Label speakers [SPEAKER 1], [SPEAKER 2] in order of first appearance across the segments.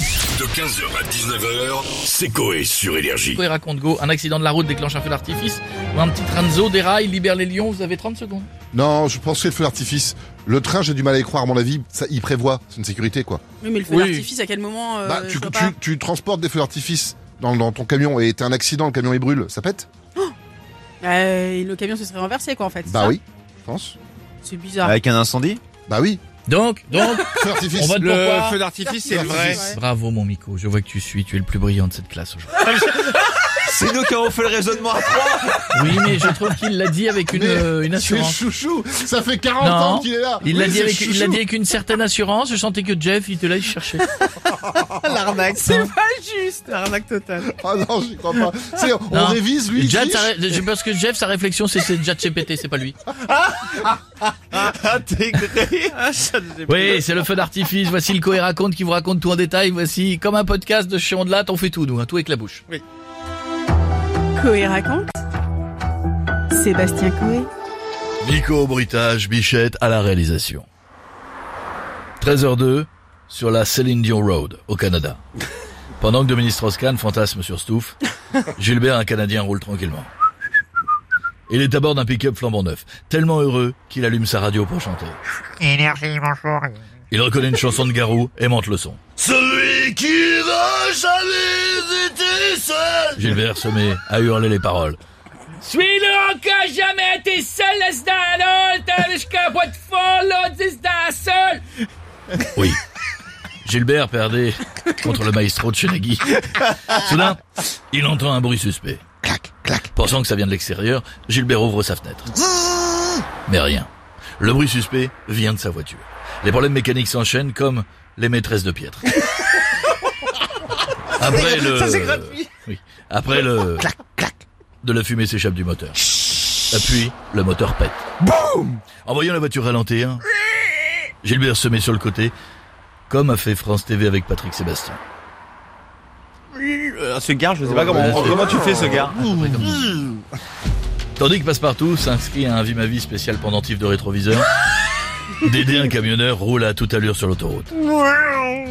[SPEAKER 1] De 15h à 19h, c'est Coé sur Énergie.
[SPEAKER 2] Go et raconte Go. Un accident de la route déclenche un feu d'artifice. Ou Un petit ranzo déraille, libère les lions. Vous avez 30 secondes.
[SPEAKER 3] Non, je pense que c'est le feu d'artifice. Le train, j'ai du mal à y croire, à mon avis. Ça y prévoit. C'est une sécurité, quoi.
[SPEAKER 4] Oui, mais le feu
[SPEAKER 2] Oui.
[SPEAKER 4] d'artifice, à quel moment euh,
[SPEAKER 3] bah,
[SPEAKER 4] je
[SPEAKER 3] tu,
[SPEAKER 4] vois
[SPEAKER 3] tu-
[SPEAKER 4] pas.
[SPEAKER 3] tu transportes des feux d'artifice dans, dans ton camion et t'as un accident, le camion il brûle. Ça pète
[SPEAKER 4] Euh, le camion se serait renversé, quoi, en fait. c'est
[SPEAKER 3] Bah
[SPEAKER 4] ça
[SPEAKER 3] oui, je pense.
[SPEAKER 4] C'est bizarre.
[SPEAKER 5] Avec un incendie
[SPEAKER 3] Bah oui,
[SPEAKER 2] Donc, donc,
[SPEAKER 3] feu d'artifice.
[SPEAKER 2] on vote
[SPEAKER 5] Le
[SPEAKER 2] pour quoi
[SPEAKER 5] feu d'artifice, c'est le vrai.
[SPEAKER 3] d'artifice.
[SPEAKER 4] Ouais.
[SPEAKER 2] Bravo mon Miko, je vois que tu suis, tu es le plus brillant de cette classe aujourd'hui.
[SPEAKER 5] C'est nous qui avons fait le raisonnement
[SPEAKER 4] Ah,
[SPEAKER 5] à trois.
[SPEAKER 2] Oui, mais je trouve qu'il l'a dit avec une,
[SPEAKER 3] Mais
[SPEAKER 2] euh, une
[SPEAKER 3] Tu es
[SPEAKER 2] assurance.
[SPEAKER 3] chouchou Ça fait 40
[SPEAKER 2] Non.
[SPEAKER 3] ans qu'il est là
[SPEAKER 2] Il l'a
[SPEAKER 3] Oui,
[SPEAKER 2] dit,
[SPEAKER 3] c'est
[SPEAKER 2] avec- il l'a
[SPEAKER 3] chouchou.
[SPEAKER 2] dit avec une certaine assurance. Je sentais que Jeff, il te l'a cherché.
[SPEAKER 5] L'arnaque.
[SPEAKER 4] C'est pas juste, arnaque totale.
[SPEAKER 3] Ah non, j'y crois pas. C'est- on
[SPEAKER 2] Non.
[SPEAKER 3] révise, lui, il
[SPEAKER 2] Jeff,
[SPEAKER 3] triche.
[SPEAKER 2] sa ré- je pense que Jeff, sa réflexion, c'est c'est Jeff GPT, c'est pas lui.
[SPEAKER 5] Intégré.
[SPEAKER 4] Ah,
[SPEAKER 2] Oui, c'est le feu d'artifice. Voici le Coé raconte qui vous raconte tout en détail. Voici comme un podcast de chez Ondelat, on fait tout nous, hein, tout avec la bouche.
[SPEAKER 4] Coé raconte. Sébastien Coé.
[SPEAKER 2] Nico au bruitage, Bichette à la réalisation. 13h02 sur la Céline Dion Road au Canada. Pendant que Dominique Strauss-Kahn fantasme sur Stouff, Gilbert, un Canadien, roule tranquillement. Il est à bord d'un pick-up flambant neuf, tellement heureux qu'il allume sa radio pour chanter.
[SPEAKER 6] Énergie, bonjour.
[SPEAKER 2] Il reconnaît une chanson de Garou et monte le son.
[SPEAKER 1] Celui qui va jamais été seul.
[SPEAKER 2] Gilbert se met à hurler les paroles.
[SPEAKER 7] Suis-le encore jamais été seul, laisse dans l'autre, jusqu'à bout de fond, l'autre, c'est dans la seule.
[SPEAKER 2] Oui. Gilbert perdait contre le maestro de Chenagui. Soudain, il entend un bruit suspect.
[SPEAKER 3] Clac, clac.
[SPEAKER 2] Pensant que ça vient de l'extérieur, Gilbert ouvre sa fenêtre. Mais rien. Le bruit suspect vient de sa voiture. Les problèmes mécaniques s'enchaînent comme les maîtresses de piètre. Après le... Oui. Après le...
[SPEAKER 3] Clac, clac.
[SPEAKER 2] De la fumée s'échappe du moteur. Puis, le moteur pète.
[SPEAKER 3] Boum
[SPEAKER 2] En voyant la voiture ralentir, Gilbert se met sur le côté, comme a fait France TV avec Patrick Sébastien.
[SPEAKER 5] Euh, Ce gars, je sais pas comment,
[SPEAKER 2] Ouais, c'est-
[SPEAKER 5] comment tu fais ce gars.
[SPEAKER 2] Mmh. Tandis que Passepartout s'inscrit à un Vive ma vie spécial pendentif de rétroviseur, Dédé, un camionneur, roule à toute allure sur l'autoroute.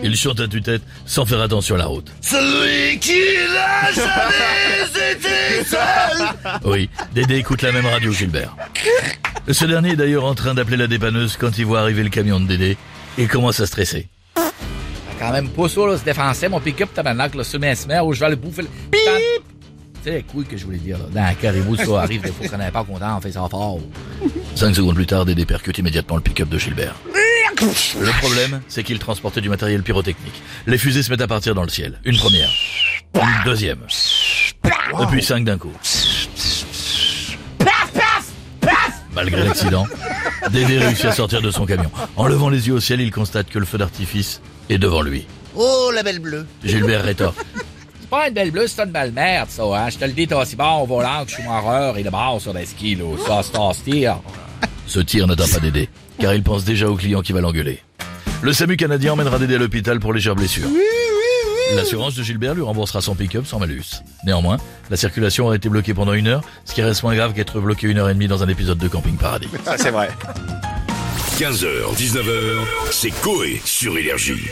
[SPEAKER 2] Il chante à tue-tête sans faire attention à la route.
[SPEAKER 1] Celui qui va jamais été seul.
[SPEAKER 2] Oui, Dédé écoute la même radio, Gilbert. Ce dernier est d'ailleurs en train d'appeler la dépanneuse quand il voit arriver le camion de Dédé et commence à stresser.
[SPEAKER 7] Ah, Quand même pas sûr, là, se défoncer, mon pick-up tabarnak, là, sur mes semaines, où je vais le bouffer. le- Bip!
[SPEAKER 2] C'est les couilles que je voulais dire, là. Dans un caribou, ça arrive, des fois qu'on n'est pas content, on fait ça fort. Cinq secondes plus tard, Dédé percute immédiatement le pick-up de Gilbert. Le problème, c'est qu'il transportait du matériel pyrotechnique. Les fusées se mettent à partir dans le ciel. Une première. Une deuxième. Et puis cinq d'un coup. Malgré l'accident, Dédé réussit à sortir de son camion. En levant les yeux au ciel, il constate que le feu d'artifice est devant lui.
[SPEAKER 6] Oh, la belle bleue.
[SPEAKER 2] Gilbert rétorque.
[SPEAKER 7] C'est pas une belle bleue, c'est une belle merde, ça, hein. Je te le dis, t'as aussi bon au volant que je suis moreur et le bord sur des skis, là. Ça, c'est un tir.
[SPEAKER 2] Ce tir n'atteint pas Dédé, car il pense déjà au client qui va l'engueuler. Le SAMU canadien emmènera Dédé à l'hôpital pour légère blessure. L'assurance de Gilbert lui remboursera son pick-up sans malus. Néanmoins, la circulation aurait été bloquée pendant une heure, ce qui reste moins grave qu'être bloqué une heure et demie dans un épisode de Camping Paradis.
[SPEAKER 5] Ah, c'est vrai.
[SPEAKER 1] 15h, 19h, c'est Coé sur Énergie.